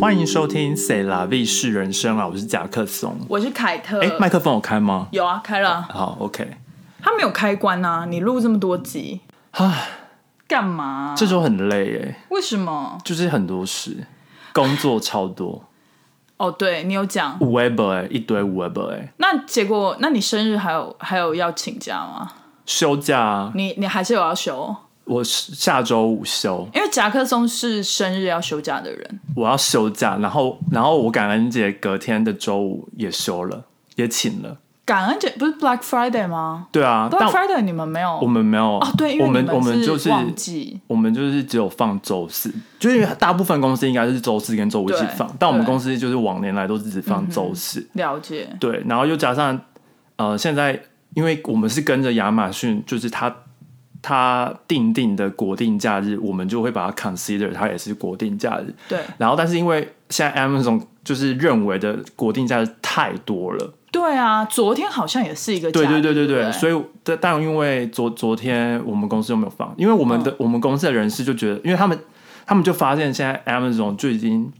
欢迎收听《谁啦 V 是人生》啊，我是夹克松。我是凯特。哎，麦克哦风有开吗？有啊，开了啊，好，OK。他没有开关啊！你录这么多集唉，干嘛？这周很累哎，为什么？就是很多事，工作超多哦，对你有讲。 ，Weber 哎，一堆 Weber 哎，那结果，那你生日还有还有要请假吗？休假啊你你还是有要休，我是下周五休，因为夹克松是生日要休假的人。我要休假，然后然后我感恩节隔天的周五也休了，也请了。感恩节不是 Black Friday 吗对啊，但？Black Friday 你们没有？我们没有哦，对，因为我们你我们是就是旺季。我们就是只有放周四，就是因为大部分公司应该是周四跟周五一起对放，但我们对嗯公司就是往年来都是只放周四。了解，对，然后又加上呃，现在因为我们是跟着亚马逊，就是它它定定的国定假日，我们就会把它 consider 它也是国定假日。对然后，但是因为现在 Amazon 就是认为的国定假日太多了，对啊，昨天好像也是一个假对对日，对对对对，不，所以但但因为昨昨天我们公司又没有放，因为我们嗯的、我们公司的人事就觉得，因为他们他们就发现现在 Amazon 就已经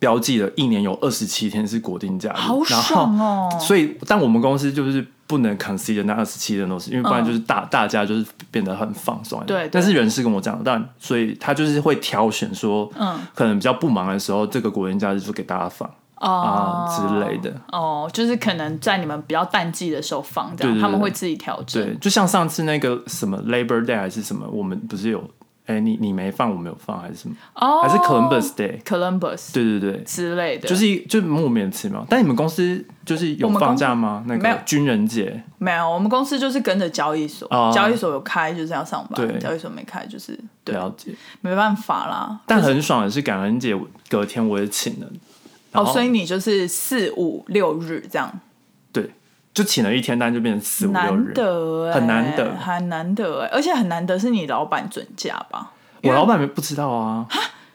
标记了一年有二十七天是国定假日，好爽哦然后所以但我们公司就是不能 consider 那二十七天都是，因为不然就是大、大家就是变得很放松。嗯对对但是人事跟我讲，但所以他就是会挑选说，嗯，可能比较不忙的时候，这个国定假日就给大家放啊、哦、之类的。哦，就是可能在你们比较淡季的时候放，这对样对对他们会自己调整。对，就像上次那个什么 Labor Day 还是什么，我们不是有哎、你你没放，我没有放，还是什么？哦，还是 Columbus Day？ Columbus 对对对，之类的，就是就莫名其妙。但你们公司就是有我们公司放假吗？那没有个军人节没有。我们公司就是跟着交易所，哦交易所有开就是要上班，对交易所没开就是对，了解，没办法啦。但很爽的是感恩节隔天我也请了，然哦，后所以你就是四五六日这样，对，就请了一天，但就变成四五六难日。得、欸，很难得很难得、欸，而且很难得是你老板准假吧？我老板不知道啊，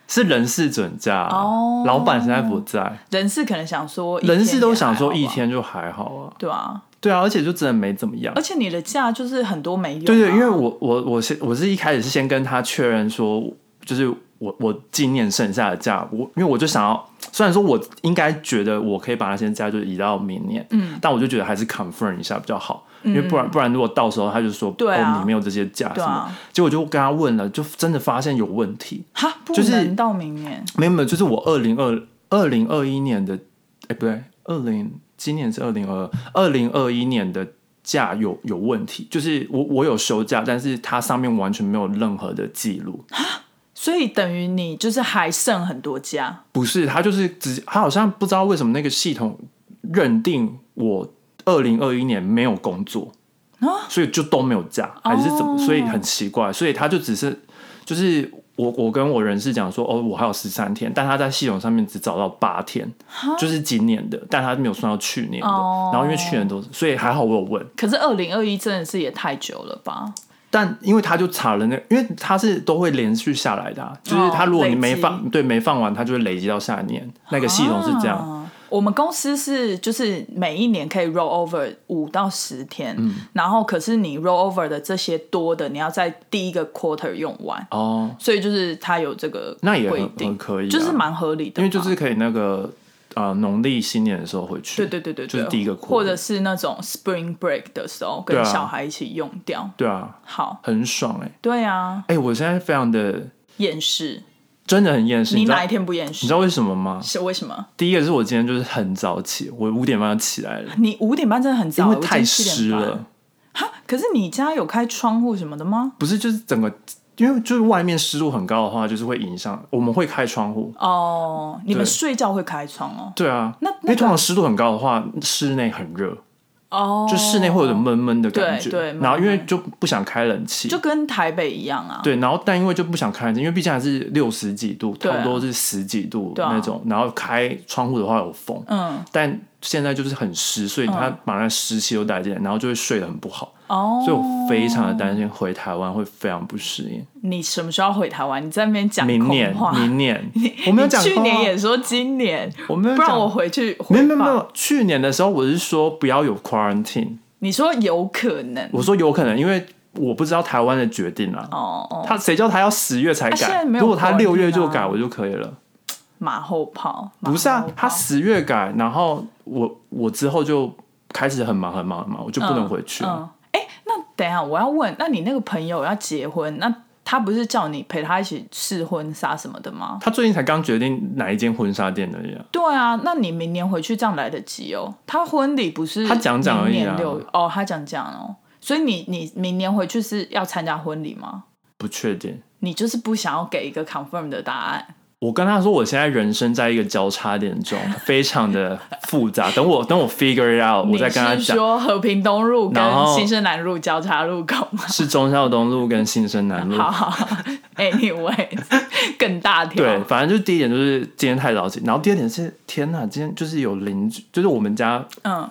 是人事准假啊、哦老板现在不在，人事可能想说，人事都想说一也还好吧，天就还好啊。对啊，对啊，而且就真的没怎么样而。且你的假就是很多没有、啊，对对，因为我我我是我是一开始是先跟他确认说，就是我我今年剩下的假，我因为我就想要，虽然说我应该觉得我可以把那些假就移到明年，嗯，但我就觉得还是 confirm 一下比较好，因为不然不然如果到时候他就说，嗯对啊哦，你没有这些假什对么，啊结果就跟他问了，就真的发现有问题，哈，不就是能到明年，没有没有，就是我二零二二零二一年的，哎不对，二零今年是二零二二零二一年的假有有问题，就是我我有休假，但是它上面完全没有任何的记录，所以等于你就是还剩很多假不是，它就是直接，它好像不知道为什么那个系统认定我二零二一年没有工作，啊，哦所以就都没有假，还是怎么，所以很奇怪，所以他就只是就是。我我跟我人事讲说，哦，我还有十三天，但他在系统上面只找到八天，就是今年的，但他没有算到去年的。哦然后因为去年都，所以还好我有问，可是二零二一真的是也太久了吧？但因为他就查了那，因为他是都会连续下来的、啊，就是他如果你没放，哦累对没放完，他就会累积到下一年。那个系统是这样，啊我们公司是就是每一年可以 roll over 五到十天，嗯然后可是你 roll over 的这些多的，你要在第一个 quarter 用完，哦，所以就是它有这个那也规很定很，可以、啊，就是蛮合理的因嘛，为就是可以那个呃农历新年的时候回去，对对对对对，就是第一个 quarter 或者是那种 spring break 的时候对跟啊小孩一起用掉，对啊，好，很爽哎、欸、对啊，哎、我现在非常的厌世，真的很厌世，你你知道哪一天不厌你世知？道为什么吗？是为什么？第一个是我今天就是很早起，我五点半就起来了，你五点半真的很早，因为我今太天7湿点半了，哈，可是你家有开窗户什么的吗？不是就是整个，因为就是外面湿度很高的话，就是会影响，我们会开窗户，哦，你们对睡觉会开窗哦。对啊，那因那为通个常湿度很高的话，室内很热，哦，就室内会有点闷闷的感觉，对对然后因为闷闷就不想开冷气，就跟台北一样啊。对，然后但因为就不想开冷气，因为毕竟还是六十几度，对差啊不多是十几度对啊那种，然后开窗户的话有风，嗯，但现在就是很湿，所以他把那湿气都带进来，然后就会睡得很不好，哦，所以我非常的担心回台湾会非常不适应。你什么时候要回台湾？你在那边讲明年空话，，明年我没有讲你去空啊年也说今年，我没有不然讲，我回去没回有没有没访有，去年的时候我是说不要有 quarantine，你说有可能我说有可能，因为我不知道台湾的决定啦。哦哦，他谁叫他要十月才啊现改？在没有如果他 quarantine 六月就啊改，我就可以了。马后炮，马不是啊后炮，他十月改，然后我我之后就开始很忙很忙很忙，我就不能回去啊。嗯，哎、那等一下我要问，那你那个朋友要结婚，那他不是叫你陪他一起试婚纱什么的吗？他最近才刚决定哪一间婚纱店而已啊。对啊，那你明年回去这样来得及哦。他婚礼不是他讲讲而已啊明年六哦，他讲讲哦。所以你你明年回去是要参加婚礼吗？不确定。你就是不想要给一个 confirm 的答案，我跟他说，我现在人生在一个交叉点中，非常的复 杂。等我等我 figure it out，我再跟他你是讲。说和平东路跟然后新生南路交叉路口吗？是忠孝东路跟新生南路。好好好，anyway，更大条。对，反正就是第一点就是今天太早起，然后第二点是天呐，今天就是有邻居，就是我们家嗯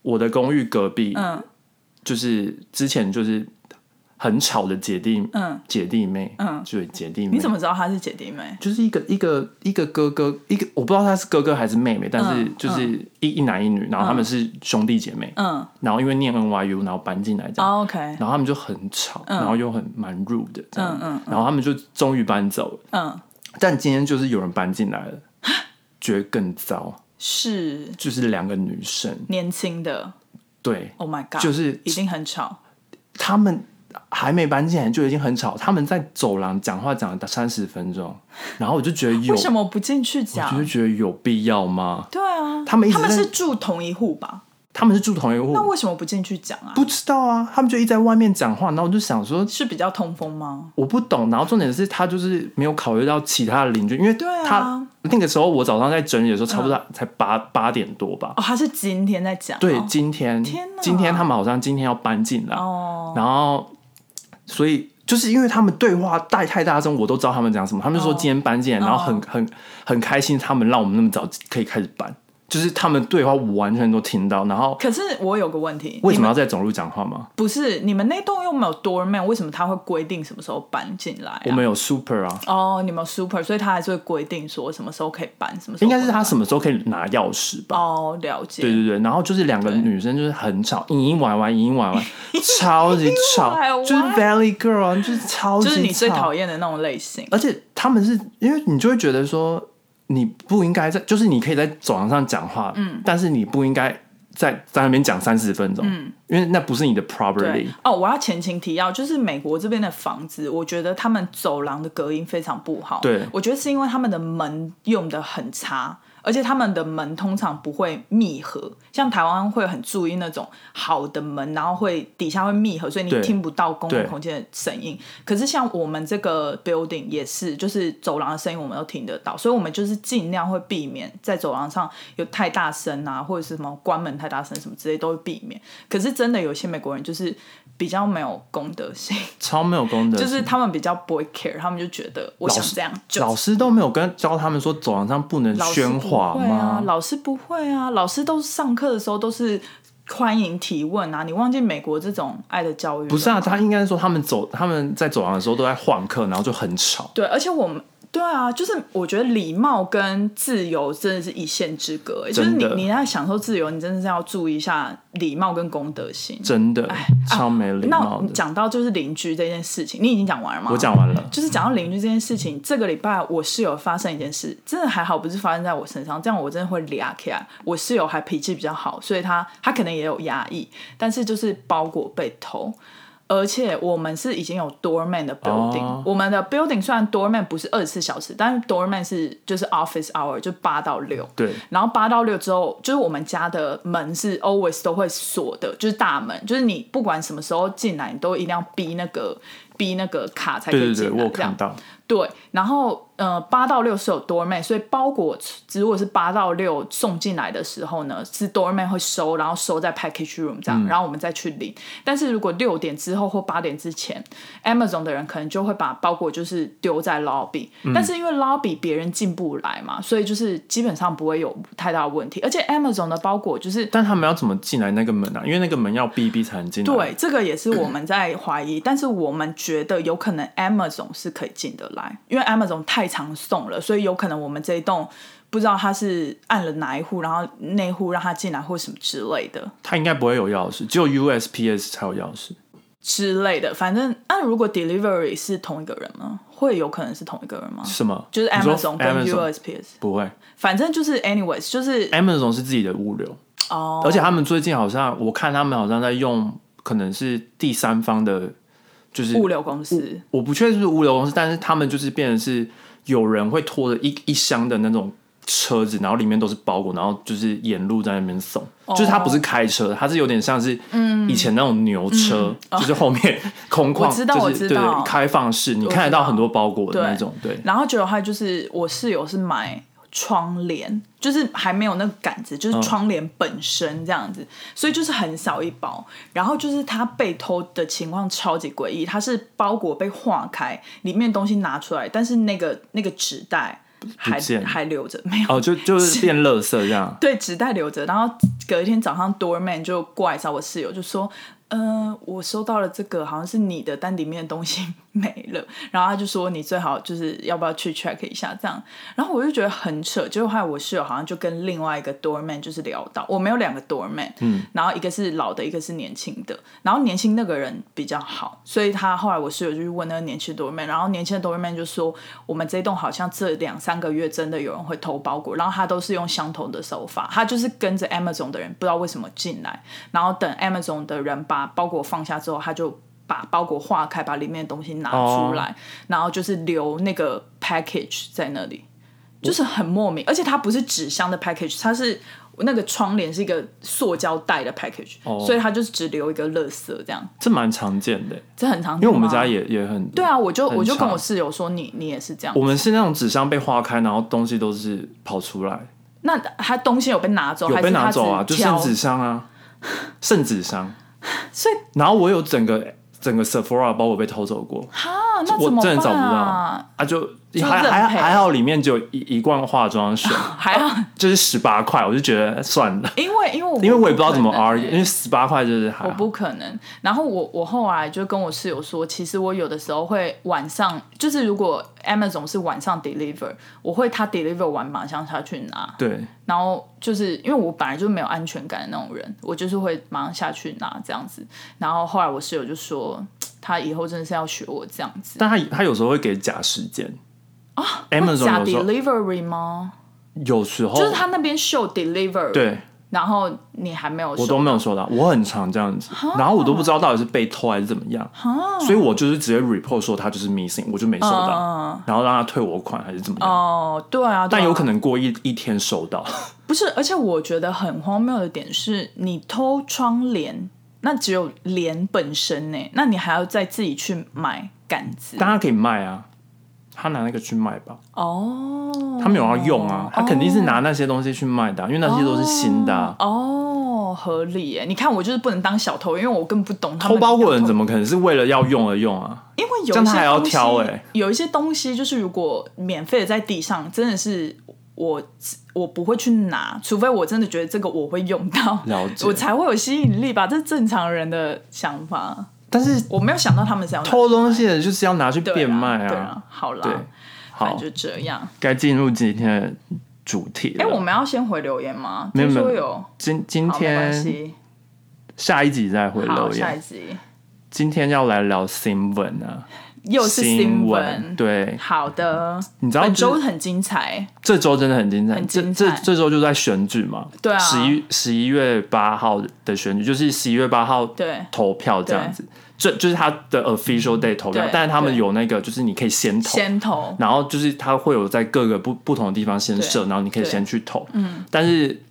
我的公寓隔壁，嗯就是之前就是很吵的姐弟嗯，姐弟妹，嗯就是姐弟妹，你怎么知道她是姐弟妹？就是一个一个一个哥哥，一个我不知道他是哥哥还是妹嗯妹，但是就是一、一男一女，然后他们是兄弟姐妹，嗯、哦然后因为念 NYU，然后搬进来这样， o k 然后他们就很吵，然后又很蛮 rude 的这样，嗯嗯然后他们就终于搬走了，嗯，但今天就是有人搬进来了，觉得更糟，是就是两个女生，年轻的对，Oh my God，就是一定很吵。他们还没搬进来就已经很吵，他们在走廊讲话讲了三十分钟，然后我就觉得有，为我什么不进去讲？就觉得有必要吗？对啊，他们一直他们在是住同一户吧？他们是住同一户那，为什么不进去讲啊？不知道啊，他们就一直在外面讲话，然后我就想说。是比较通风吗？我不懂，然后重点是他就是没有考虑到其他的邻居，因为对啊嗯他、那个时候我早上在整理的时候，差不多才八八、点多吧。哦，他是今天在讲、哦。对，今天天哪今天他们好像今天要搬进来，哦，然后，所以就是因为他们对话带太大声，我都知道他们讲什么。他们就说哦今天搬进来，然后很很很开心，他们让我们那么早可以开始搬，就是他们对话我完全都听到。然后可是我有个问题，为什你么们要在总路讲话吗？不是你们那栋又没有 doorman？为什么他会规定什么时候搬进来、啊？我们有 super 啊，哦，你们有 super，所以他还是会规定说什么时候可以搬，什么时应候该是他么什么时候可以拿钥匙吧？哦，了解。对对对，然后就是两个对女生就是很吵，嘤嘤歪歪，嘤嘤歪歪，超级吵歪，歪就是 Valley Girl，啊就是超级就吵。是你最讨厌的那种类型。而且他们是因为你就会觉得说，你不应该在，就是你可以在走廊上讲话，嗯，但是你不应该在在那边讲三十分钟，嗯，因为那不是你的 property 对。哦，我要前情提要，就是美国这边的房子，我觉得他们走廊的隔音非常不好。对我觉得是因为他们的门用的很差，而且他们的门通常不会密合，像台湾会很注意那种好的门，然后会底下会密合，所以你对听不到公共对空间的声音。可是像我们这个 building 也是，就是走廊的声音我们都听得到，所以我们就是尽量会避免在走廊上有太大声啊，或者是什么关门太大声什么之类都会避免。可是真的有些美国人就是比较没有公 德心，超没有功德就心，是他们比较不会 care，他们就觉得我想老师这样就老师都没有跟教他们说走廊上不能老师喧哗不会啊吗？？老师不会啊，老师都是上课的时候都是欢迎提问啊。你忘记美国这种爱的教育了不是啊，他应该说他们走他们在走廊的时候都在换课，然后就很吵。对，而且我们对啊，就是我觉得礼貌跟自由真的是一线之隔、欸就是真你的你在享受自由，你真的是要注意一下礼貌跟公德心。真的超没礼哎啊那貌你的，讲啊嗯到就是邻居这件事情，你已经讲完了吗？我讲完了，就是讲到邻居这件事情，这个礼拜我室友发生一件事，真的还好不是发生在我身上，这样我真的会俩起来。我室友还脾气比较好，所以他他可能也有压抑，但是就是包裹被偷。而且我们是已经有 doorman 的 building，、哦我们的 building 虽然 doorman 不是二十四小时，但是 doorman 是就是 office hour，就八到六。对，然后八到六之后，就是我们家的门是 always 都会锁的，就是大门，就是你不管什么时候进来，你都一定要逼那个逼那个卡才可对对以进对，来。我有这样看到，对，然后呃，八到六是有 doorman，所以包裹如果是八到六送进来的时候呢，是 doorman 会收，然后收在 package room 这样，然后我们再去领。但是如果六点之后或八点之前，Amazon 的人可能就会把包裹就是丢在 lobby，、但是因为 lobby 别人进不来嘛，所以就是基本上不会有太大的问题。而且 Amazon 的包裹就是但他们要怎么进来那个门啊？因为那个门要逼逼才能进来。对，这个也是我们在怀嗯疑，但是我们觉得有可能 Amazon 是可以进得来，因为 Amazon 太常送了，所以有可能我们这一栋不知道他是按了哪一户，然后那户让他进来或什么之类的。他应该不会有钥匙，只有 USPS 才有钥匙。之类的。反正，那、如果 delivery 是同一个人吗？会有可能是同一个人吗？什么？就是你说 Amazon 跟 Amazon USPS，不会反正就是 anyways，就是，Amazon 是自己的物流，哦，而且他们最近好像我看他们好像在用，可能是第三方的，就是物流公司我不确定是不是物流公司，但是他们就是变成是有人会拖着一一箱的那种车子，然后里面都是包裹，然后就是沿路在那边送。哦就是他不是开车，他是有点像是以前那种牛车，就是后面空旷，嗯 我知道就我是知对道开放式，你看得到很多包裹的那种。对，然后结果他就是我室友是买窗帘，就是还没有那个杆子，嗯就是窗帘本身这样子，所以就是很小一包。然后就是他被偷的情况超级诡异，他是包裹被化开，里面东西拿出来，但是那个那个纸袋还见了还留着，没有哦，就就是变垃圾这 样。对，纸袋留着。然后隔一天早上，doorman 就过来找我室友，就说：“嗯、我收到了这个，好像是你的，但里面的东西 没了。”然后他就说：“你最好就是要不要去 check 一下这样。”然后我就觉得很扯，结果后来我室友好像就跟另外一个 doorman 就是聊到，我们有两个 doorman，嗯，然后一个是老的，一个是年轻的。然后年轻那个人比较好，所以他后来我室友就去问那个年轻的 doorman，然后年轻的 doorman 就说：“我们这一栋好像这两三个月真的有人会偷包裹，然后他都是用相同的手法，他就是跟着 Amazon 的人，不知道为什么进来，然后等 Amazon 的人把包裹放下之后，他就把包裹化开，把里面的东西拿出来，然后就是留那个 package 在那里，就是很莫名，而且它不是纸箱的 package，它是。那个窗帘是一个塑胶袋的 package，、所哦以它就是只留一个垃圾这样，这蛮常见的，这很常见吗。因为我们家也也很对啊，我就我就很常跟我室友说你你也是这样我，们是那种纸箱被化开，然后东西都是跑出来，那他东西有被拿走，有哦还被是他拿只走啊，就挑剩纸箱 啊，剩纸箱。所以然后我有整个整个 Sephora 包我被偷走过啊，那怎我么真的找不办到啊？啊就，就还认还赔还好里面只有一一罐化妆 水，还好，就是十八块，我就觉得算了，因为因为我哦因为我也不不知道怎么啊可能 argue，因为十八块就是还我好不可能。然后我我后来就跟我室友说，其实我有的时候会晚上，就是如果 Amazon 是晚上 deliver，我会他 deliver 完马上下去拿，对，然后就是因为我本来就没有安全感的那种人，我就是会马上下去拿这样子。然后后来我室友就说，他以后真的是要学我这样子。但他他有时候会给假时间啊假，Amazon 有时候 delivery 吗？有时候就是他那边秀 deliver，，哦对然后你还没有我都收，没有收到，我很常这样子，然后我都不知道到底是被偷还是怎么样，所以我就是直接 report 说他就是 missing，我就没收到，然后让他退我款还是怎么样，嗯哦，对啊，但有可能能过一一天收到，不是，而且我觉得很荒谬的点是，你偷窗帘，那只有帘本身呢，那你还要再自己去买杆子但他可以卖啊，他拿那个去卖吧。哦，他没有要用啊，他肯定是拿那些东西去卖的啊、因为那些都是新的、啊。哦，合理耶！你看我就是不能当小偷，因为我根本不懂他偷们包裹的人要偷怎么可能是为了要用而用啊？因为有一些这样他还要东西挑欸有一些东西就是如果免费的在地上，真的是我我不会去拿，除非我真的觉得这个我会用到，了解我才会有吸引力吧，这是正常人的想法。但是我没有想到他们是要拿偷东西的人就是要拿去对啊变卖对啊。啊，好啦，对，好反正，就这样。该进入今天的主题了。哎、我们要先回留言啊吗？没有听说没有有，今今好，没关天系，下一集再回好，留下一言。集今天要来聊新闻啊，又哦是新新闻。对，好的，你知道本周这很精彩，这周真的很精彩，很精这这彩这周就在选举嘛，对啊十一十一月八号的选举，就是十一月八号对嗯投票这样子，这就是他的 official day 投票对，但是他们对有那个就是你可以先投，先投。然后就是他会有在各个不不同的地方先设，对然后你可以对先去投，嗯，但是。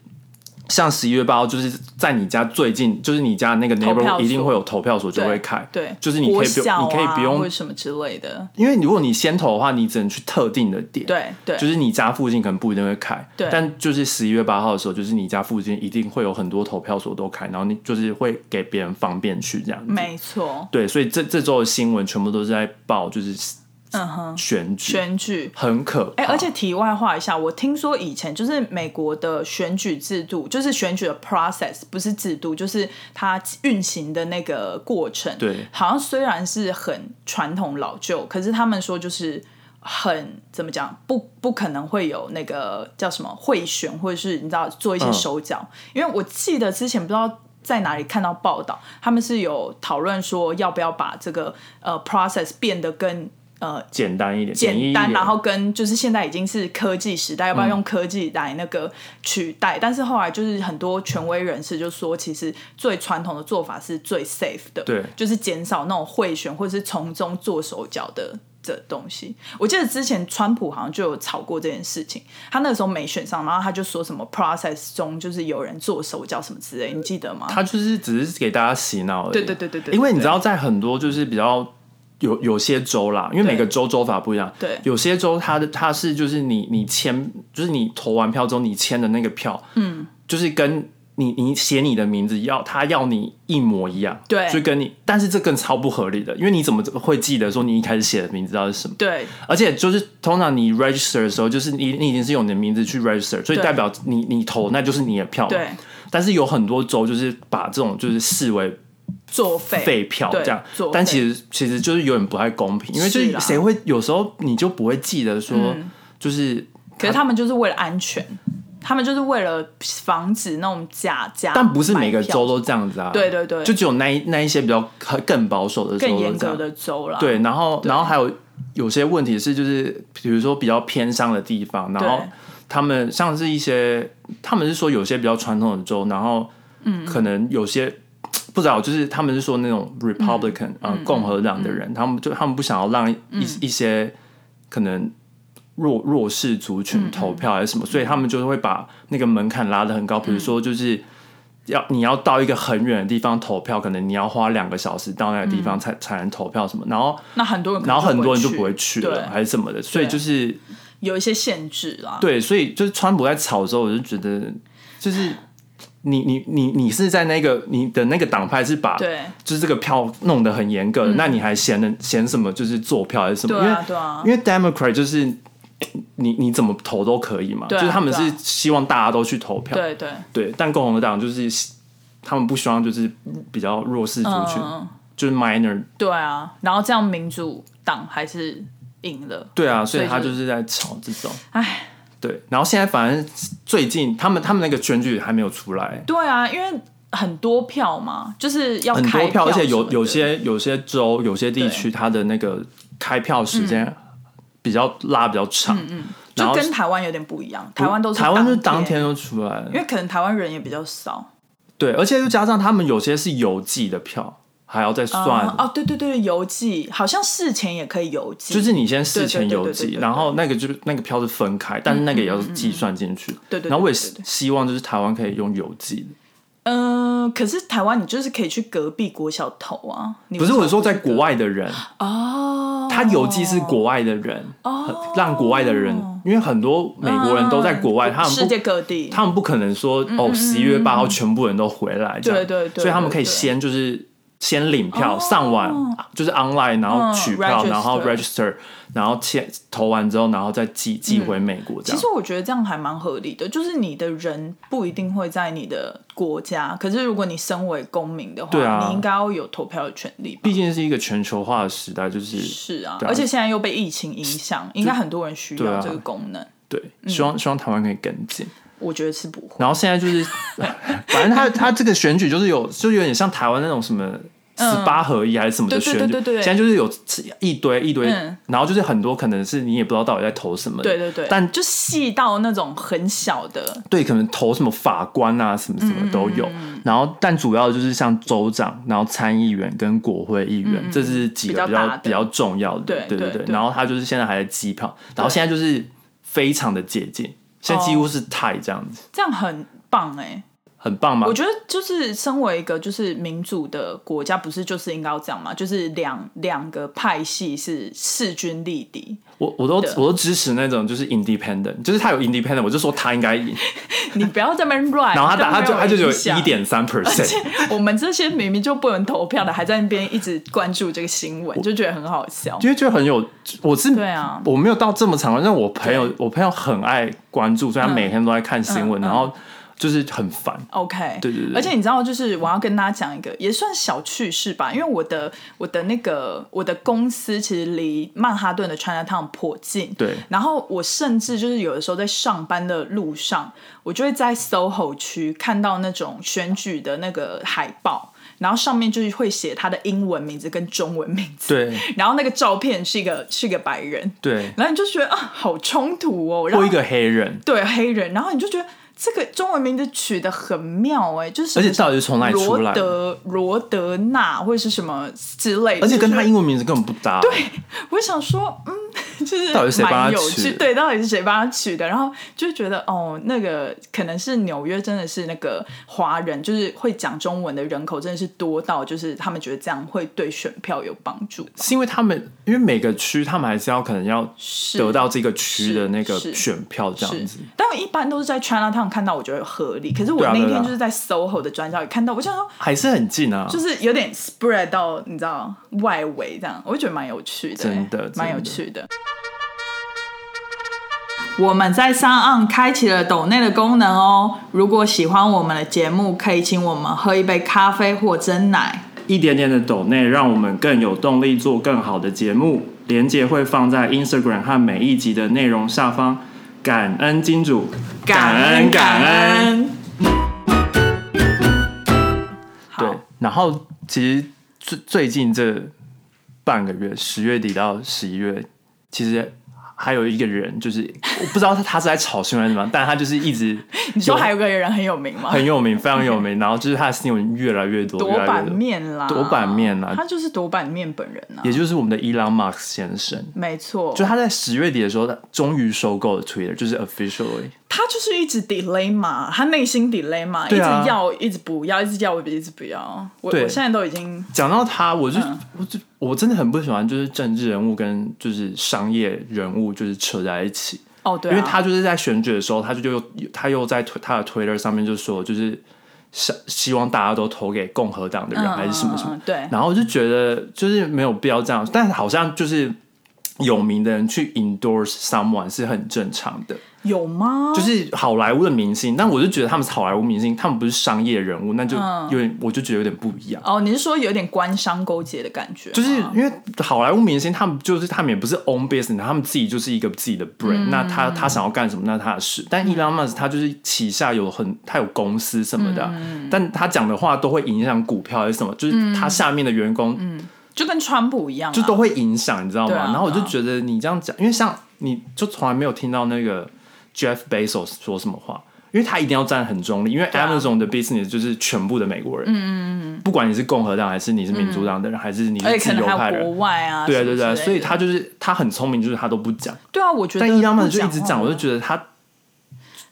像十一月八号，就是在你家最近，就是你家那个投票 neighbor 所一定会有投票所就对会开，对，就是你可以不国小啊你可以不用或者什么之类的，因为如果你先投的话，你只能去特定的点，对对，就是你家附近可能不一定会开，对但就是十一月八号的时候，就是你家附近一定会有很多投票所都开，然后你就是会给别人方便去这样子。没错，对，所以这这周的新闻全部都是在报就是嗯哼，选举，选举。很可怕。哎、而且题外话一下，我听说以前就是美国的选举制度，就是选举的 process 不是制度，就是它运行的那个过程。对，好像虽然是很传统老旧，可是他们说就是很怎么讲，不不可能会有那个叫什么贿选，或者是你知道做一些手脚，因为我记得之前不知道。在哪里看到报道，他们是有讨论说要不要把这个呃 process 变得更呃简单一点，简易简一单，点嗯然后跟就是现在已经是科技时代，要不要用科技来那个取代？但是后来就是很多权威人士就说，其实最传统的做法是最 safe 的，对就是减少那种贿选或者是从中做手脚的。这东西，我记得之前川普好像就有吵过这件事情，他那个时候没选上，然后他就说什么 process 中就是有人做手脚什么之类，你记得吗？他就是只是给大家洗脑而已。对对对对对对因为你知道，在很多就是比较有有些州啦，因为对每个州州法不一样，对有些州它的它是就是你你签，就是你投完票之后你签的那个票，嗯，就是跟。你你写你的名字要他要你一模一样，对就跟你，但是这更超不合理的，因为你怎么会记得说你一开始写的名字到底是什么？对而且就是通常你 register 的时候，就是你你已经是用你的名字去 register，所以对代表你你投那就是你的票嘛。对，但是有很多州就是把这种就是视为作废废票对这样作，但废其实其实就是有点不太公平，因为就是是啦嗯谁会有时候你就不会记得说就是。可是他们就是为了安全，他们就是为了防止那种假假，但不是每个买票州都这样子啊，对对对就只有那一那一些比较更保守的州更都严这格样，的州啦。对，然后然后还有有些问题是就是比如说比较偏乡的地方，然后对他们像是一些他们是说有些比较传统的州，然后嗯，可能有些。不知道，就是他们是说那种 Republican 啊、呃共和党的人，他们就他们不想要让一、一些可能弱弱势族群投票还是什么，所以他们就会把那个门槛拉得很高。比如说，就是要你要到一个很远的地方投票，可能你要花两个小时到那个地方才、才能投票什么，然后那很多人可能然后很多人就不会去去对了，还是什么的，所以对就是有一些限制啦。对，所以就是川普在吵的时候，我就觉得，就是你你你你是在那个你的那个党派是把对嗯就是这个票弄得很严格的，那你还嫌人嫌什么？就是做票还是什么？对因啊为对啊因为 Democrat 就是你你怎么投都可以嘛，对啊就是他们对啊是希望大家都去投票，对对，对但共和党就是他们不希望就是比较弱势族群，嗯，就是 minor，对啊。然后这样民主党还是赢了，对啊，所所以以他就就是在吵这种，唉。对，然后现在反正最近他们他们那个选举还没有出来，对啊，因为很多票嘛，就是要很开多票，而且什么有的有些有些州、有些地区，它的那个开票时间比较拉比较长，然嗯就后跟台湾有点不一样，台湾都是台湾就是当当，天就出来了因，为可能台湾人也比较少。对，而且又加上他们有些是邮寄的票，还要再算嗯，哦，对对对，邮寄好像事前也可以邮寄，就是你先事前对对对邮对对寄，对嗯然后那个就是那个票是分开，但是那个也要计算进去，对对对然后我也对对对希望就是台湾可以用邮寄的。嗯，可是台湾你就是可以去隔壁国小投啊，你不为是什么我说，在国外的 人，哦，他邮寄是国外的人，让国外的人，因为很多美国人都在国外，嗯他们不世界嗯各地，他们不可能说哦，十一月八号全部人都回来，这样嗯对对对所以他们可以对对哦先就是先领票，上网就是 online，然后取票，嗯 register 然后 register，然后签投完之后，然后再寄寄回美国这嗯其样实。我觉得这样还蛮合理的，就是你的人不一定会在你的国家，可是如果你身为公民的话，对啊你应该要有投票的权利吧毕竟是一个全球化的时代，就是是啊，对啊而且现在又被疫情影响，应该很多人需对要啊这个功能。对，嗯希望希望台湾可以跟进。我觉得是不会，然后现在 就是，反正他他这个选举就是有，就有点像台湾那种什么。十八合一还是什么的对嗯对选举，对对对现在就是有一堆一堆，嗯然后就是很多可能是你也不知道到底在投什么的，对对对，但就细到那种很小的，对，可能投什么法官啊，什么什嗯么都有。然后，但主要就是像州长，然后参议员跟国会议员，这是几个嗯比比较较大的比较重要的。对对对对然后他就是现在还在机票，然后现在就是非常的接近，现在几乎是太这样子，这样很棒哎、很棒嘛我。觉得就是身为一个就是民主的国家，不是就是应该要这样吗？就是两两个派系是势均力敌， 我我都对我都支持那种就是 independent，就是他有 independent，我就说他应 该赢。你不要在那边乱。然后他打他就这样没他就只有影响一。点三 percent，我们这些明明就不能投票的，还在那边一直关注这个新闻，就觉得很好笑。因为觉得很有，我是对啊我嗯没有到这么长，但我朋友我朋友很爱关注，所以他每天都在看新闻，然后就是很烦。 OK，对对对而且你知道，就是我要跟大家讲一个也算小趣事吧，因为我的我的那个我的公司其实离曼哈顿的 China Town 颇近，对然后我甚至就是有的时候在上班的路上，我就会在 SOHO 区看到那种选举的那个海报，然后上面就是会写他的英文名字跟中文名字，对然后那个照片是一个是一个白人，对，然后你就觉得啊，好冲突哦，然或后一个黑人，对黑人，然后你就觉得这个中文名字取得很妙哎、就是什而么且到底是从哪里出罗来的？德罗德纳或者是什么之类的，而且跟他就是英文名字根本不搭。对，我想说，嗯， 就是到底是谁帮他蛮有取趣，的对，到底是谁帮他取的？然后就觉得哦，那个可能是纽约真的是那个华人，就是会讲中文的人口真的是多到，就是他们觉得这样会对选票有帮助。是因为他们因为每个区他们还是要可能要是得到这个区的那个是是选票这样子是。，但我一般都是在 China Town 看到，我觉得合理。可是我对啊那对啊天就是在 SOHO 的转角也看到，我想说。还是很近啊，就是有点 spread 到你知道外围这样，我就觉得蛮有趣的欸、真的蛮有真的趣的。我们在上岸开启了抖内的功能哦。如果喜欢我们的节目，可以请我们喝一杯咖啡或蒸奶。一点点的抖内，让我们更有动力做更好的节目。连接会放在 Instagram 和每一集的内容下方。感恩金主，感恩。恩。对好，，然后其实最最近这半个月，十月底到十一月，其实还有一个人，就是我不知道他他是在炒新闻还是什么，但他就是一直 你说有还有个人很有名吗？很有名，非常有名，然后就是他的新闻越来越多，多越来版越多，面啦，多版面啦他就是多版面本人啊，也就是我们的伊朗马斯先生。没错，就他在十月底的时候，他终于收购了 Twitter，就是 officially。他就是一直 delay 嘛，他内心 delay 嘛，一对啊直要，一直不要，一直要，一直不要。我对我现在都已经讲到他，我就、嗯我就我真的很不喜欢，就是政治人物跟就是商业人物就是扯在一起，哦，对、啊，因为他就是在选举的时候，他就又他又在推他的 Twitter 上面就说，就是希希望大家都投给共和党的人、嗯还是什么什么，嗯嗯对，然后我就觉得就是没有必要这样，但好像就是有名的人去 endorse someone 是很正常的。有吗？就是好莱坞的明星，但我就觉得他们是好莱坞明星，他们不是商业人物，那就有点，我就觉得有点不一样。哦，你是说有点官商勾结的感觉吗？就是因为好莱坞明星，他们就是他们也不是 own business，他们自己就是一个自己的 brand、那他他想要干什么，那他的事。但伊朗马斯他就是旗下有很他有公司什么的啊，但他讲的话都会影响股票还是什么，就是他下面的员工就跟川普一样、啊，就都会影响，你知道吗？对啊然后我就觉得你这样讲，因为像你就从来没有听到那个 Jeff Bezos 说什么话，因为他一定要站很中立，因为啊 Amazon 的 business 就是全部的美国人，嗯嗯嗯，不管你是共和党还是你是民主党的人，还是你而是且自可能由还派有人国，外啊，对什啊么对之对啊，类的所以他就是他很聪明，就是他都不讲，对啊，我觉得但伊朗曼不就讲一直讲，话我就觉得他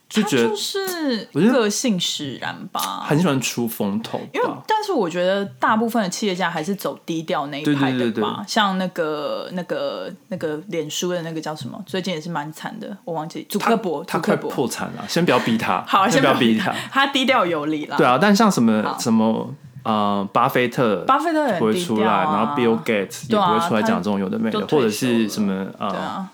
就他觉得就是我觉得个性使然吧。很喜欢出风头因为吧，。但是我觉得大部分的企业家还是走低调那一对对派的吧，对对像那个、那个、那个脸书的那个叫什么，最近也是蛮惨的，我忘记，祖克伯，他祖快克伯，破产了，先不要逼他，好，先先不要逼他他，，他低调有理啦。对啊，但像什么好什么呃，巴菲特，巴菲特很不会低出调来，啊然后 Bill Gates 也对啊不会出来他讲这种有的没的，都退或者休了是什么对呃啊，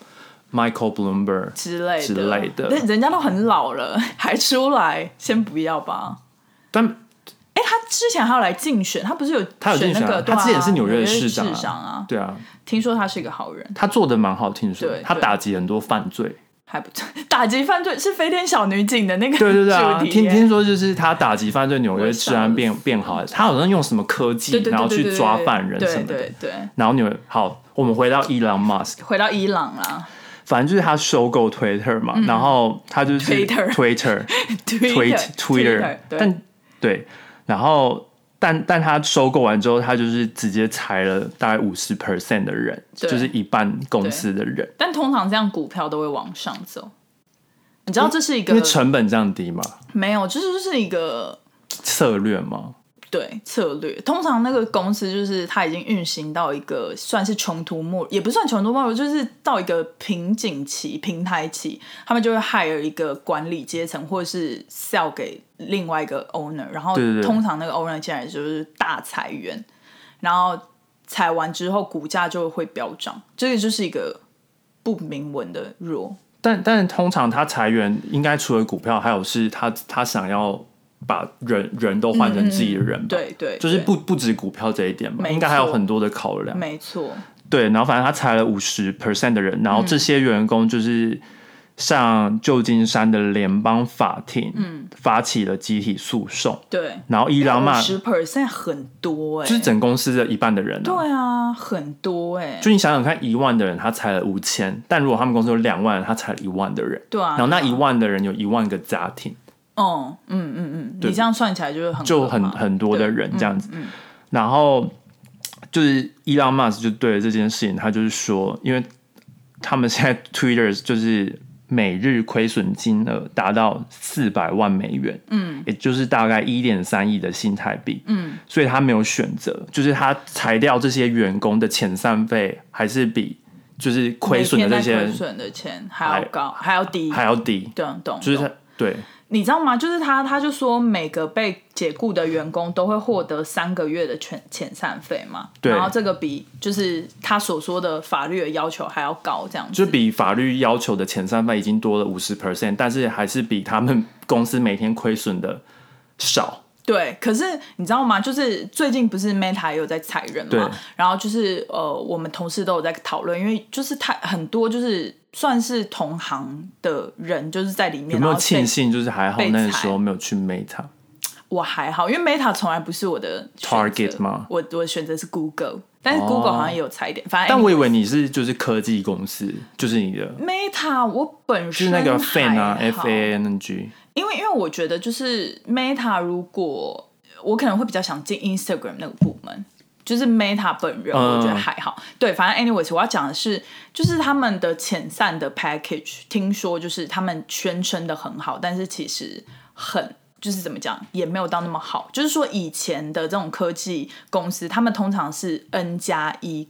Michael Bloomberg 之类的之类的但人家都很老了， 还出来，先不要吧。但哎，他之前还有来竞选，他不是有他有竞那选啊个，对他之前是纽纽约的市市长啊啊。对啊，听说他是一个好人，他做的蛮好，听说对他对打击很多犯罪，还不错。 打击犯罪是《飞天小女警》的那个对对对啊，主题听耶听说就是他打击犯罪，纽约我治安笑变变好了，他好像用什么科技对，对对然后对去对抓对犯人对什么的，对对，然后纽约好，我们回到伊朗 Musk，回到伊朗 啦反正就是他收购 Twitter 嘛，然后他就是嗯 Twitter Twitter。 ，Twitter Twitter，对但对，然后但但他收购完之后，他就是直接裁了大概五十 percent 的人，对就是一半公司的人，但通常这样股票都会往上走。你知道这是一因个为成本降低嘛，没有，这就是一个策略嘛，对策略。通常那个公司就是它已经运行到一个算是穷途末，也不算穷途末路，就是到一个瓶颈期、平台期，他们就会 hire 一个管理阶层，或者是 sell 给另外一个 owner，然后对对对通常那个 owner 进来就是大裁员，然后裁完之后股价就会飙涨，这个就是一个不明文的 rule。但但通常他裁员应该除了股票，还有是他他想要把人人都换成自己的人吧，嗯对对，就是对不不止股票这一点吧，没应该还有错很多的考量。没错，对，然后反正他裁了五十 percent 的人，然嗯后这些员工就是上旧金山的联邦法庭，嗯，发起了集体诉讼，对。然后伊朗嘛，就十 percent 很多哎、是整公司的一半的人、啊，对啊，很多哎、就你想想看，一万的人他裁了五千，但如果他们公司有两万人，他裁了一万的人，对啊然后那一万的人有一万个家庭，哦，嗯嗯嗯，对你这样算起来就是很嗯就可很怕很多的人这样子。然后就是伊朗马斯就对这件事情，他就是说，因为他们现在 Twitter 就是每日亏损金额达到四百万美元，嗯，也就是大概一点三亿的新台币，嗯，所以他没有选择，就是他裁掉这些员工的遣散费还是比就是亏损的这些每天在人亏损的钱还要高，还要低，还要低，对，懂。就是懂他对。你知道吗？就是他，他就说每个被解雇的员工都会获得三个月的遣遣散费嘛，对然后这个比就是他所说的法律的要求还要高，这样子。就比法律要求的前三倍已经多了五十 percent，但是还是比他们公司每天亏损的少。对，可是你知道吗？就是最近不是 Meta 也有在裁人对嘛，然后就是呃，我们同事都有在讨论，因为就是他很多就是算是同行的人就是在里面，有没有然后被庆幸？就是还好被裁那时候没有去 Meta，我还好，因为 Meta 从来不是我的选择 Target 吗哦我我的选择是 Google，但是 Google 好像也有裁一点，反正但我以 anyway 为你是就是科技公司，就是你的 Meta 我本就身是那个还 fan 啊好，F A N G，因为因为我觉得就是 Meta 如果我可能会比较想进 Instagram 那个部门。就是 Meta 本人，嗯我觉得还好。对，反正 anyways，我要讲的是，就是他们的遣散的 package，听说就是他们宣称的很好，但是其实很就是怎么讲，也没有到那么好。就是说以前的这种科技公司，他们通常是 N 加一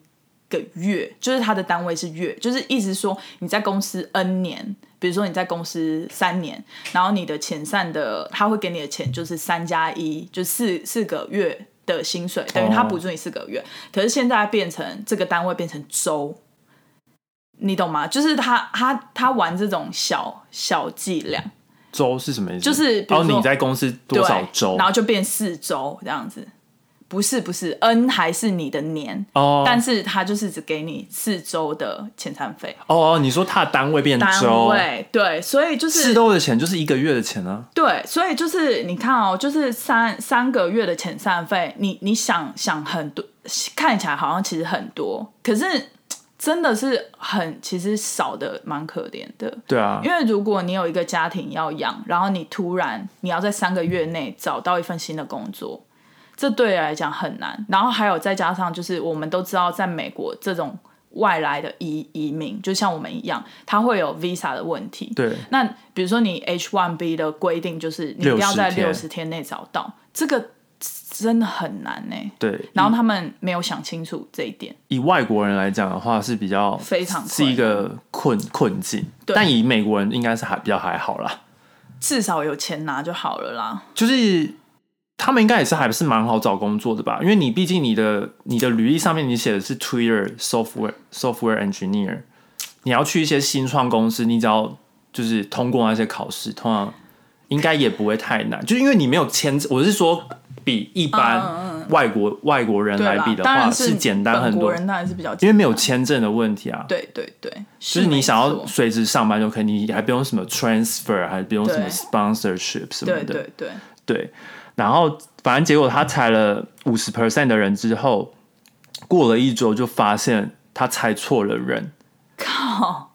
个月，就是它的单位是月，就是意思说你在公司 N 年，比如说你在公司三年，然后你的遣散的，他会给你的钱就是三加一，就四四个月的薪水，等于他补助你四个月。可是现在变成这个单位变成周，你懂吗？就是他他他玩这种小小伎俩，周是什么意思？就是比如哦，说你在公司多少周对然？后就变四周这样子。不是不是，N 还是你的年，哦但是他就是只给你四周的遣散费，哦，哦你说他的单位变单周，位对，所以就是四周的钱就是一个月的钱啊。对，所以就是你看哦，就是三三个月的遣散费，你你想想很多，看起来好像其实很多，可是嘖真的是很其实少的蛮可怜的。对啊，因为如果你有一个家庭要养，然后你突然你要在三个月内找到一份新的工作，这对来讲很难。然后还有再加上就是我们都知道，在美国这种外来的移移民，就像我们一样，他会有 visa 的问题。对那比如说你 H1B 的规定就是你一定要在60天六十天内找到，这个真的很难呢、对，然后他们没有想清楚这一点，以外国人来讲的话是比较非常是一个困困境，对但以美国人应该是还比较还好啦，至少有钱拿就好了啦。就是他们应该也是还是蛮好找工作的吧，因为你毕竟你的你的履历上面你写的是 Twitter software software engineer，你要去一些新创公司，你只要就是通过那些考试，通常应该也不会太难，就是因为你没有签字，我是说比一般外国、外国人嗯对来啦比的当话然是简单很本国多，人当然是比较简单，因为没有签证的问题啊，对对对，就就是你想没要错随时上班就可以，你还不用什么 transfer，还不用什么对 sponsorship 什么的，对对对，嗯对然后反正结果他裁了五十 percent 的人之后，过了一周就发现他裁错了人，靠，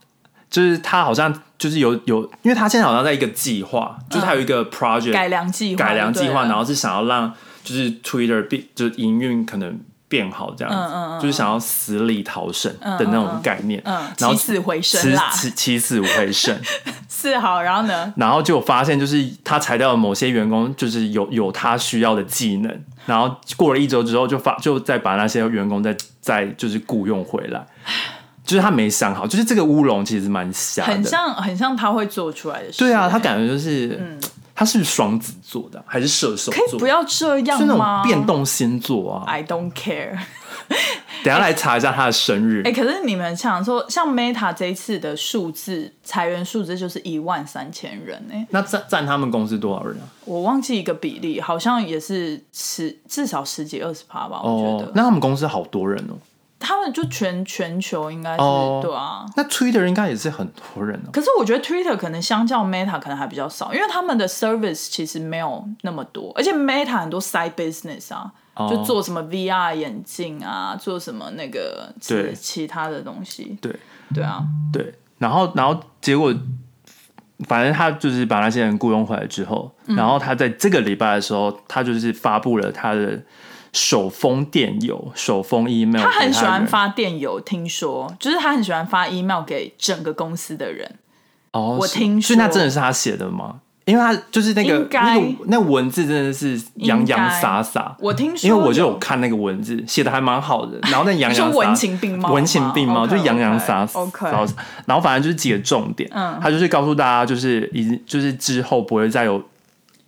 就是他好像就是有有，因为他现在好像在一个计划，就是他有一个 project、嗯改良计划，改良计划，然后后是想要让就是 Twitter 变就是营运可能变好这样嗯子，就是想要死里逃生的那种概念，嗯，然后起死回生起啦，起起死回生。是好，然后 呢，然后就发现，就是他裁掉了某些员工，就是有有他需要的技能，然后过了一周之后，就发就再把那些员工再再就是雇佣回来，就是他没想好，就是这个乌龙其实蛮瞎的，很像很像他会做出来的事，对啊，他感觉就是、他是双子座的还是射手嗯可以座，哎不要这是样那吗？哎种变动星座啊， I don't care，等一下来查一下他的生日哎、。可是你们想说，像 Meta 这一次的数字裁员数字就是一万三千人哎、那占占他们公司多少人啊？我忘记一个比例，好像也是十至少十几二十趴吧，我觉哦得。，那他们公司好多人哦。他们就全全球应该是、哦对啊。那 Twitter 应该也是很多人哦。可是我觉得 Twitter 可能相较 Meta 可能还比较少，因为他们的 service 其实没有那么多，而且 Meta 很多 side business 啊，哦就做什么 VR 眼镜啊，做什么那个对其其他的东西，对对啊，对，然后然后结果，反正他就是把那些人雇佣回来之后，嗯然后他在这个礼拜的时候，他就是发布了他的手封电邮、手封 email 给他的人。很喜欢发电邮，听说就是他很喜欢发 email 给整个公司的人，哦，我是听所以那说真的是他写的吗？因为他就是那个应该那个那文字真的是洋洋洒洒，我听说，因为我就有看那个文字，写的还蛮好 的。然后那洋洋你洒说文情并茂吗，文情并茂，就 OK，OK，嗯洋洋洒洒。 OK，然后然后反正就是几个重点，嗯他就是告诉大家，就是已经就是之后不会再有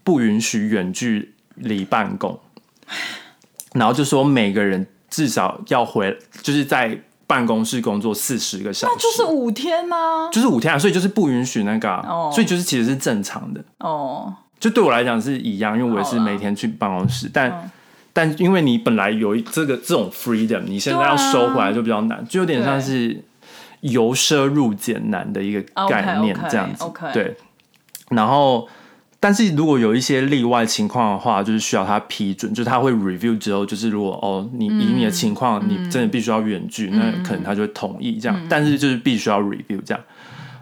不允许远距离办公，然后就说每个人至少要回，就是在办公室工作四十个小时，那就是五天呐、就是五天啊，所以就是不允许那个啊、哦所以就是其实是正常的。哦，就对我来讲是一样，因为我也是好啦每天去办公室，但、但因为你本来有一这个这种 freedom，你现在要收回来就比较难，就有点像是由奢入俭难的一个概念 OK，OK，这样子。哦 OK 对，然后。但是如果有一些例外情况的话，就是需要他批准，就是他会 review 之后，就是如果哦，你以你的情况，你真的必须要远距，嗯那可能他就会同意这样。但是就是必须要 review 这样。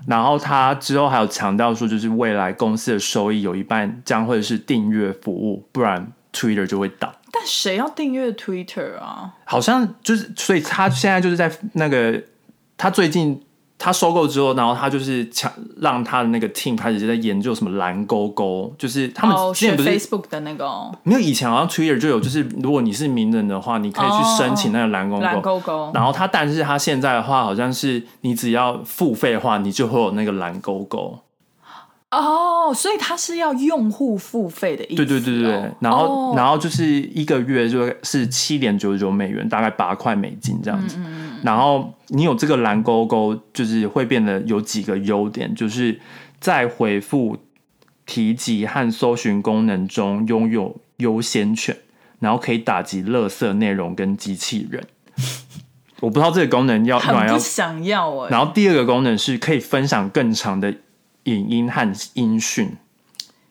然后他之后还有强调说，就是未来公司的收益有一半将会是订阅服务，不然 Twitter 就会倒。但谁要订阅 Twitter 啊？好像就是，所以他现在就是在那个他最近他收购之后，然后他就是强让他的那个 team 开始在研究什么蓝勾勾，就是他哦们之学前不是 Facebook 的那个哦没有以前好像 Twitter 就有，就是如果你是名人的话，你可以去申请那个蓝勾哦蓝勾。勾勾，然后他，但是他现在的话，好像是你只要付费的话，你就会有那个蓝勾勾。哦，所以它是要用户付费的意思、对哦。对对对对，然后、哦然后就是一个月就是七点九九美元，大概八块美金这嗯样子。然后你有这个蓝勾勾，就是会变得有几个优点，就是在回复、提及和搜寻功能中拥有优先权，然后可以打击垃圾内容跟机器人。我不知道这个功能要用来很要不想要哎、然后第二个功能是可以分享更长的影音和音讯。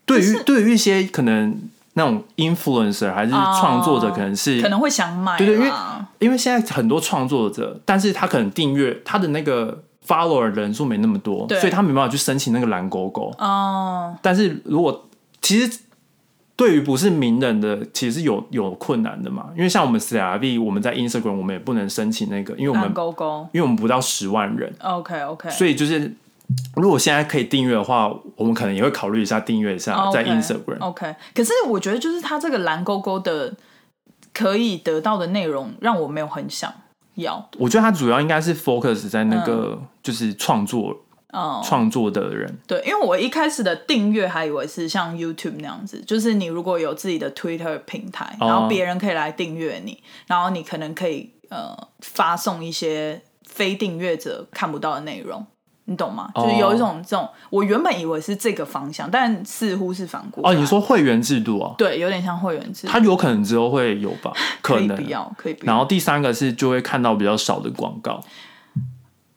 对于对于一些可能那种 influencer 还是创作者，哦可能是、可能会想买啦。对对因为因为现在很多创作者，但是他可能订阅他的那个 follower 人数没那么多，对所以他没办法去申请那个蓝勾勾。哦，但是如果其实对于不是名人的，其实有有困难的嘛，因为像我们 CRV，我们在 Instagram 我们也不能申请那个，因为我们蓝勾勾。因为我们不到十万人。 OK OK，所以就是，如果现在可以订阅的话，我们可能也会考虑一下订阅一下在 Instagram。哦 OK，可是我觉得就是它这个蓝勾勾的可以得到的内容，让我没有很想要。我觉得它主要应该是 focus 在那个就是创作嗯，创作的人，对，因为我一开始的订阅还以为是像 YouTube 那样子，就是你如果有自己的 Twitter 平台，哦然后别人可以来订阅你，然后你可能可以呃发送一些非订阅者看不到的内容。你懂吗？哦就是有一种这种，我原本以为是这个方向，但似乎是反过来哦，你说会员制度哦，对，有点像会员制，它有可能之后会有 吧？可以能不。要，可以不要。然后第三个是就会看到比较少的广告，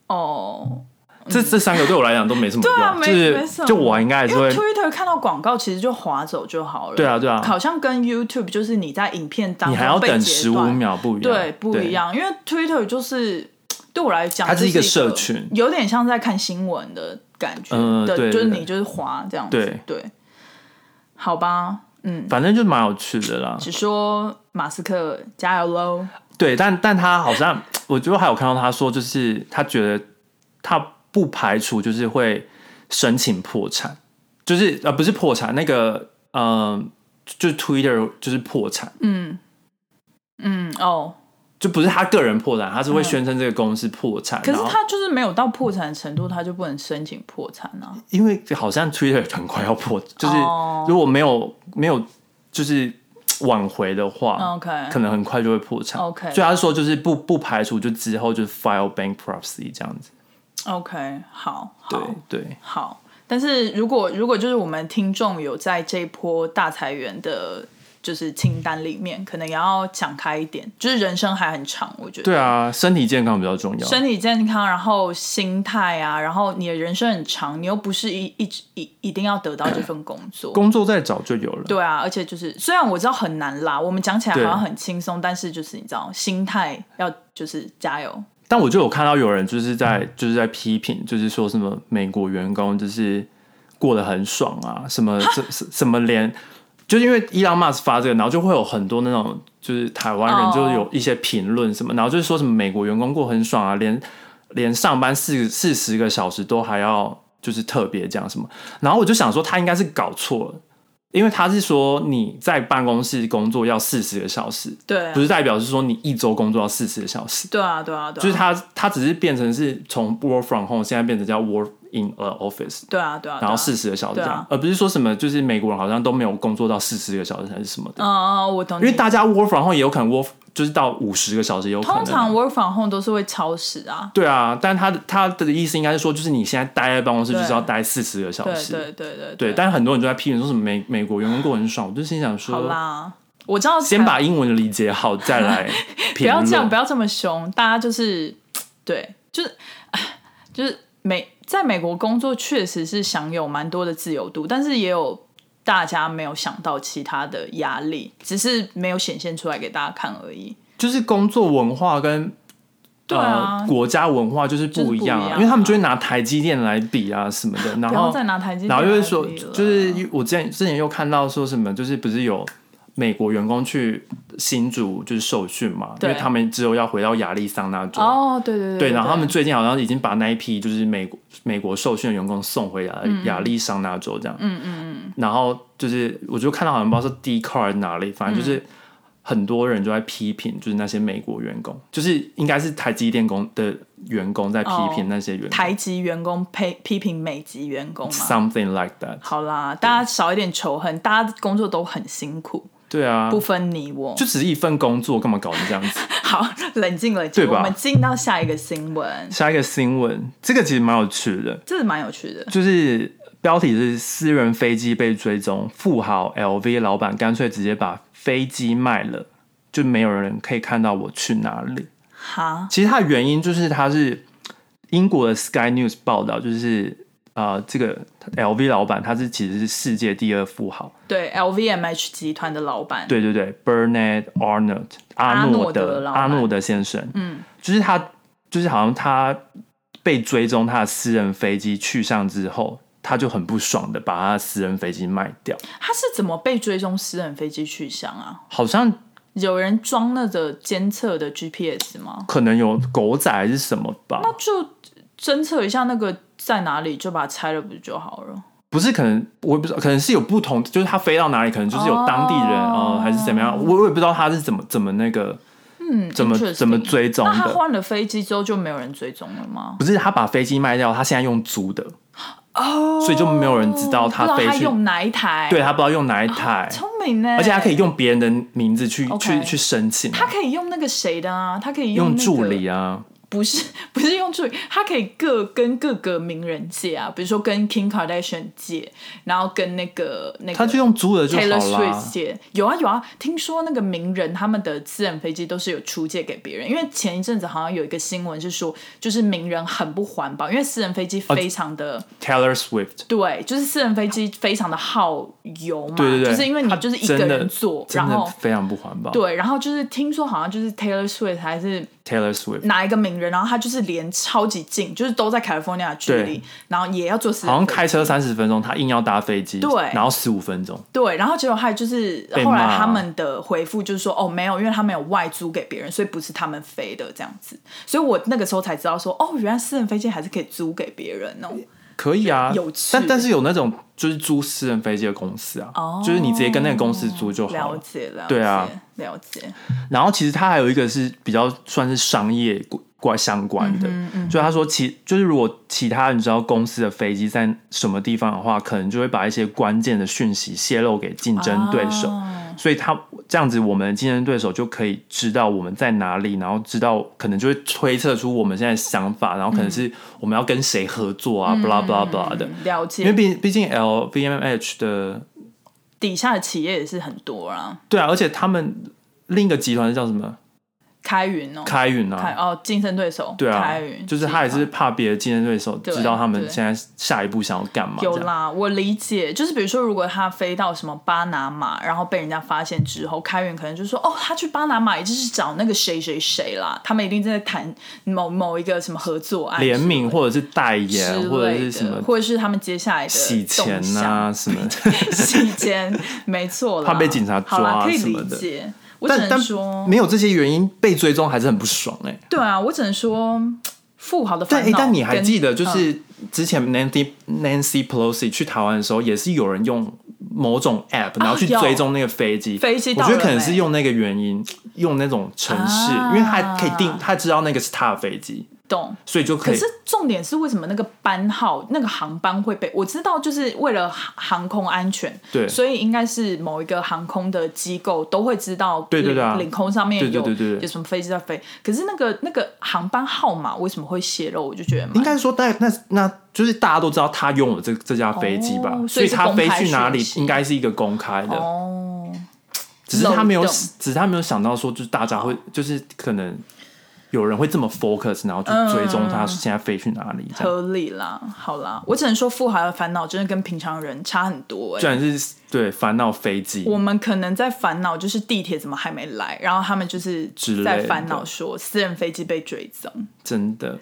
哦，这这三个对我来讲都没什么用， 啊没就是没什么就我应该还是因为会 Twitter 看到广告其实就划走就好了。对啊对啊好像跟 YouTube 就是你在影片当你中还要被等截十五断，秒不一样，对，不一。样。因为 Twitter 就是对我来讲，它是一一个社群有点像在看新闻的感觉。嗯对就是对对你就是滑这样子。对好吧，嗯，反正就蛮有趣的啦。只说马斯克加油喽。对，但但他好像，我觉得还有看到他说，就是他觉得他不排除就是会申请破产，就是呃不是破产，那个呃就是 Twitter 就是破产，嗯哦，就不是他个人破产，他是会嗯宣称这个公司破产。可是然后他就是没有到破产的程度，他就不能申请破产啊。因为好像 Twitter 很快要破，就是哦如果没有没有就是挽回的话 OK 可能很快就会破产。哦 OK 所以他说就是不不排除就之后就 file bankruptcy 这样子。 OK，好，对好，对，好。但是如果如果就是我们听众有在这一波大裁员的，就是清单里面，可能也要想开一点，就是人生还很长，我觉得。对哦啊，身体健康比较重要。身体健康，然后心态啊，然后你的人生很长，你又不是一一直一一定要得到这份工作。工作再找就有了。对啊，而且就是虽然我知道很难啦，我们讲起来好对像很轻松，但是就是你知道，心态要就是加油。但我就有看到有人就是在嗯就是在批评，就是说什么美国员工就是过得很爽啊，什么什什什么连，就是因为伊朗马斯发这个，然后就会有很多那种就是台湾人哦就有一些评论什么，然后就是说什么美国员工过很爽啊，连连上班四四十个小时都还要就是特别讲什么，然后我就想说他应该是搞错了。因为他是说你在办公室工作要四十个小时，对啊不，是代表是说你一周工作要四十个小时，对啊，对啊，对啊，就是它它只是变成是从 work from home 现在变成叫 work in a office，对啊，对啊，对啊然后四十个小时这样，对啊而不是说什么就是美国人好像都没有工作到四十个小时还是什么的，嗯嗯，嗯我懂你。因为大家 work from home 也有可能 work 就是到五十个小时也有可能啊。通常 work from home 都是会超时啊。对啊，但他他的意思应该是说，就是你现在待在办公室对就是要待四十个小对时，对对对对但很多人就在批评说什么美美国员工过很爽，我就心想好说，啦，我知道先台把英文理解好再 来不评要论。这样，不要这么凶，大家就是对，就是 唉就是美在美国工作确实是享有蛮多的自由度，但是也有大家没有想到其他的压力，只是没有显现出来给大家看而已。就是工作文化跟对啊呃、国家文化就是不一样就是不一啊，样啊因为他们就会拿台积电来比啊什么的，然 不要后再拿台积电然后又会说来比了，就是我之前之前又看到说什么，就是不是有美国员工去新竹就是受训嘛，因对为他们之后要回到亚利桑那州。哦，对对对，对然后他们最近好像已经把那一批就是美国美国受训的员工送回亚嗯亚利桑那州这样，嗯嗯嗯，然后就是我就看到好像不知道是 D card 哪里，反正嗯就是很多人就在批评，就是那些美国员工，就是应该是台积电工的员工在批评哦那些员工、台籍员工批批评美籍员工嘛。 s o m e t h i n g like that，好啦，大家少一点仇恨，大家工作都很辛苦，对啊不，分你我。就只是一份工作，干嘛搞成这样子？ 好，冷静冷对静，吧我们进到下一个新闻，下一个新闻，这个其实蛮有趣的，这是蛮有趣的。就是标题是“私人飞机被追踪，富豪 LV 老板干脆直接把飞机卖了，就没有人可以看到我去哪里。哈”，其实它的原因就是它是英国的 Sky News 报道，就是呃，这个 LV 老板他是其实是世界第二富豪，对，LVMH 集团的老板，对对对，Bernard Arnault 阿诺阿诺德德老板阿诺德先生，嗯，就是他，就是好像他被追踪他的私人飞机去向之后，他就很不爽的把他的私人飞机卖掉，他是怎么被追踪私人飞机去向啊？好像有人装那个监测的 GPS 吗？可能有狗仔还是什么吧，那就侦测一下那个在哪里，就把它拆了，不就好了？不是可能我也不知道，可能是有不同，就是他飞到哪里，可能就是有当地人哦呃还是怎么样，我我也不知道他是怎么怎么那个嗯，怎么 interesting 怎么追踪那他的。换了飞机之后就没有人追踪了吗？不是他把飞机卖掉，他现在用租的，哦，所以就没有人知道他不知飞道他去用哪一台，对，他不知道用哪一台，聪明欸呢，而且他可以用别人的名字去哎 OK 去去申请啊，他可以用那个谁的啊，他可以用那个助理啊，不是 不是用助理，他可以各跟各个名人借啊，比如说跟 Kim Kardashian 借，然后跟那个那个他就用租的就好 Taylor Swift 啦。借。有啊有啊，听说那个名人他们的私人飞机都是有出借给别人，因为前一阵子好像有一个新闻是说，就是名人很不环保，因为私人飞机非常的、呃 Taylor Swift 对，就是私人飞机非常的耗油嘛，对对对就是因为你他就是一真个的人坐，真然的后。非常不环保。对，然后就是听说好像就是 Taylor Swift 还是 Taylor Swift 哪一个名人，然后他就是连超级近，就是都在 California 的距离对，然后也要坐私人好像飞开车三十分钟，他硬要搭飞机，对然后十五分钟，对，然后结果还就是被后骂来啊他们的回复就是说哦没有，因为他们有外租给别人，所以不是他们飞的这样子，所以我那个时候才知道说哦原来私人飞机还是可以租给别人 哦，可以啊有趣。但但是有那种就是租私人飞机的公司啊，哦就是你直接跟那个公司租就好了了。解了解，对啊了解，然后其实他还有一个是比较算是商业关相关的，所以他说其就是如果其他你知道公司的飞机在什么地方的话，可能就会把一些关键的讯息泄露给竞争对手，啊所以他这样子，我们的竞争对手就可以知道我们在哪里，然后知道可能就会推测出我们现在想法，然后可能是我们要跟谁合作啊、b l a h blah blah 的。了因为解，毕毕竟 L B M H 的底下的企业也是很多啦，对啊，而且他们另一个集团是叫什么？开云哦，开云开啊，哦，竞争对手，对啊开云，就是他也集是团怕别的竞争对手对知道他们对现在下一步想要干嘛。有这样啦，我理解，就是比如说，如果他飞到什么巴拿马，然后被人家发现之后，开源可能就说，哦，他去巴拿马一定是找那个谁谁谁啦，他们一定在谈某某一个什么合作案之类联的，名或者是代言之或者类是什的，么或者是他们接下来的洗钱呐、 啊什么的，洗钱，没错啦，怕被警察抓好啦，可以什么理的解。我只但能但说，没有这些原因被追踪还是很不爽哎、欸。对啊，我只能说，富豪的但烦诶恼跟。但你还记得就嗯是之前 Nancy Nancy Pelosi 去台湾的时候，也是有人用某种 app，然后去有追踪那个飞机。啊飞机我到觉得了可能是没用那个原因，用那种城市，啊因为他可以定，他知道那个是他的飞机，懂？所以就可可以是重点是为什么那个班号、那个航班会被？我知道，就是为了航航空安全，对所以应该是某一个航空的机构都会知道领，对对对啊领空上面有对对对对对有什么飞机在飞。可是那个那个航班号码为什么会泄露？我就觉得蛮应该说大那那就是大家都知道他拥有这这架飞机吧，所哦以所以是他公飞开去哪讯里息应该是一个公开的。哦，只是他没有，漏洞只是他没有想到说，就是大家会，就是可能有人会这么 focus，然后去追踪嗯他现在飞去哪里，这样合理啦，好啦，我只能说富豪的烦恼真的跟平常人差很多哎、居然是对烦恼飞机，我们可能在烦恼就是地铁怎么还没来，然后他们就是之类在的烦恼说私人飞机被追踪，真 的，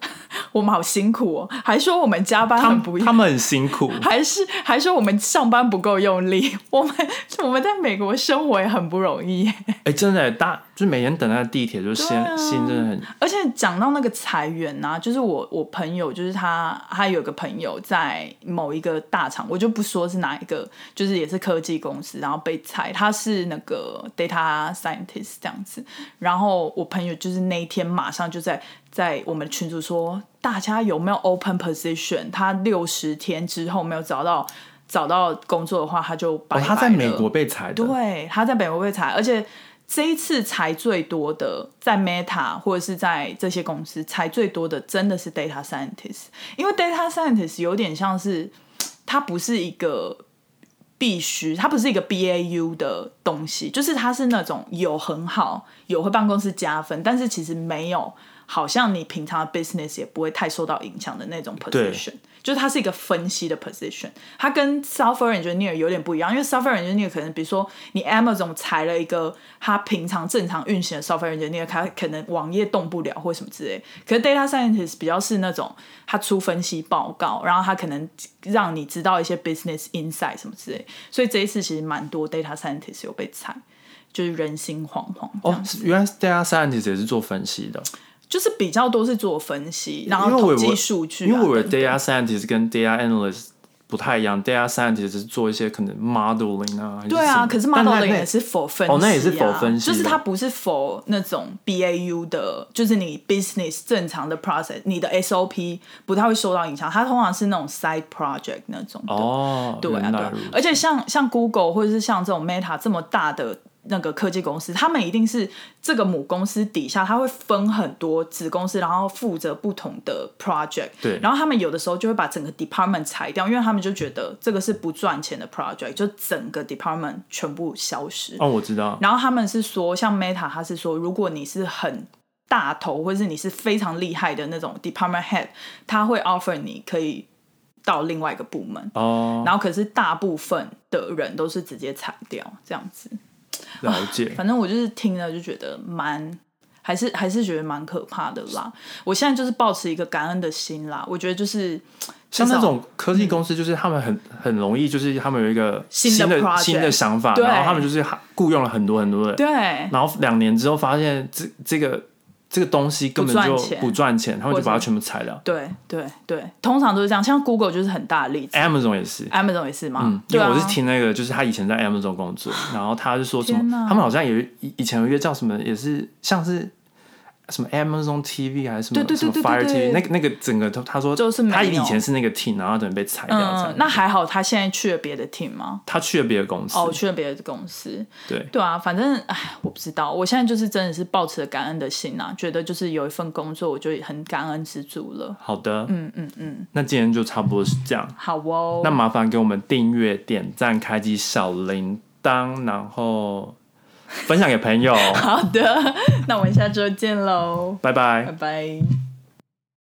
我们好辛苦哦，还说我们加班他很不们他们很辛 苦，还是还说我们上班不够用力，我们我们在美国生活也很不容易耶。哎，真的大，就是每天等待地铁，就是心对啊心真的很，而且讲到那个裁员呐、就是我我朋友，就是他，他有个朋友在某一个大厂，我就不说是哪一个，就是也是科技公司，然后被裁，他是那个 data scientist 这样子。然后我朋友就是那一天马上就在在我们群组说，大家有没有 open position？他六十天之后没有找到找到工作的话，他就拜哦，拜他在美了国被裁的，对，啊他在美国被裁，而且这一次裁最多的，在 Meta 或者是在这些公司裁最多的，真的是 data scientist，因为 data scientist 有点像是它不是一个。必须，它不是一个 BAU 的东西，就是它是那种有很好，有会帮公司加分，但是其实没有，好像你平常的 business 也不会太受到影响的那种 position，就是它是一个分析的 position，它跟 software engineer 有点不一样，因为 software engineer 可能比如说你 Amazon 裁了一个他平常正常运行的 software engineer，他可能网页动不了或什么之类，可是 data scientist 比较是那种他出分析报告，然后他可能让你知道一些 business insight 什么之类，所以这一次其实蛮多 data scientist 有被裁，就是人心惶惶这样哦，原来 data scientist 也是做分析的，哦就是比较多是做分析，然后因为我统以为计数据、啊因为我以为等等 data scientist 跟 data analyst 不太一样，data scientist 是做一些可能 modeling 啊，还是对什啊，么可是但那 model 那也是否分析、啊哦那也是 for 分析的就是它不是否那种 BAU 的，就是你 business 正常的 process，你的 SOP 不太会受到影响，它通常是那种 side project 那种的。哦，对啊，原对来啊如此，而且像像 Google 或者是像这种 Meta 这么大的那个科技公司，他们一定是这个母公司底下，它会分很多子公司，然后负责不同的 project。对然后他们有的时候就会把整个 department 裁掉，因为他们就觉得这个是不赚钱的 project，就整个 department 全部消失。哦，我知道，然后他们是说，像 Meta，他是说，如果你是很大头，或者是你是非常厉害的那种 department head，他会 offer 你可以到另外一个部门。哦，然后可是大部分的人都是直接裁掉这样子。了解。反正我就是听了就觉得蛮，还是还是觉得蛮可怕的啦。我现在就是保持一个感恩的心啦，我觉得就是像至那少嗯种科技公司，就是他们很很容易，就是他们有一个新的新的 project 新的想法，对然后他们就是雇佣了很多很多人，对然后两年之后发现这这个这个东西根本不就赚钱不赚钱，他们或就者把它全部裁掉。对对对，通常都是这样。像 Google 就是很大的例子 Amazon 也是， ，Amazon 也是嘛。嗯，因对为啊，我是听那个，就是他以前在 Amazon 工 作，然后他就说什么天，哪他们好像有以以前有一个叫什么，也是像是什么 Amazon TV 还是什么对对对什么 Fire 对对 TV，对那个那个整个他他说就是没有他以前是那个 team，然后等于被裁掉这样嗯，。那还好，他现在去了别的 team 吗？他去了别的公司，哦，去了别的公司。对，对啊，反正唉，我不知道。我现在就是真的是抱持感恩的心啊，觉得就是有一份工作，我就很感恩知足了。好的，嗯嗯嗯，那今天就差不多是这样。好哦那。麻烦给我们订阅、点赞、开启小铃铛，然后分享给朋友，哦好的，那我们下周见喽， 拜拜拜。拜。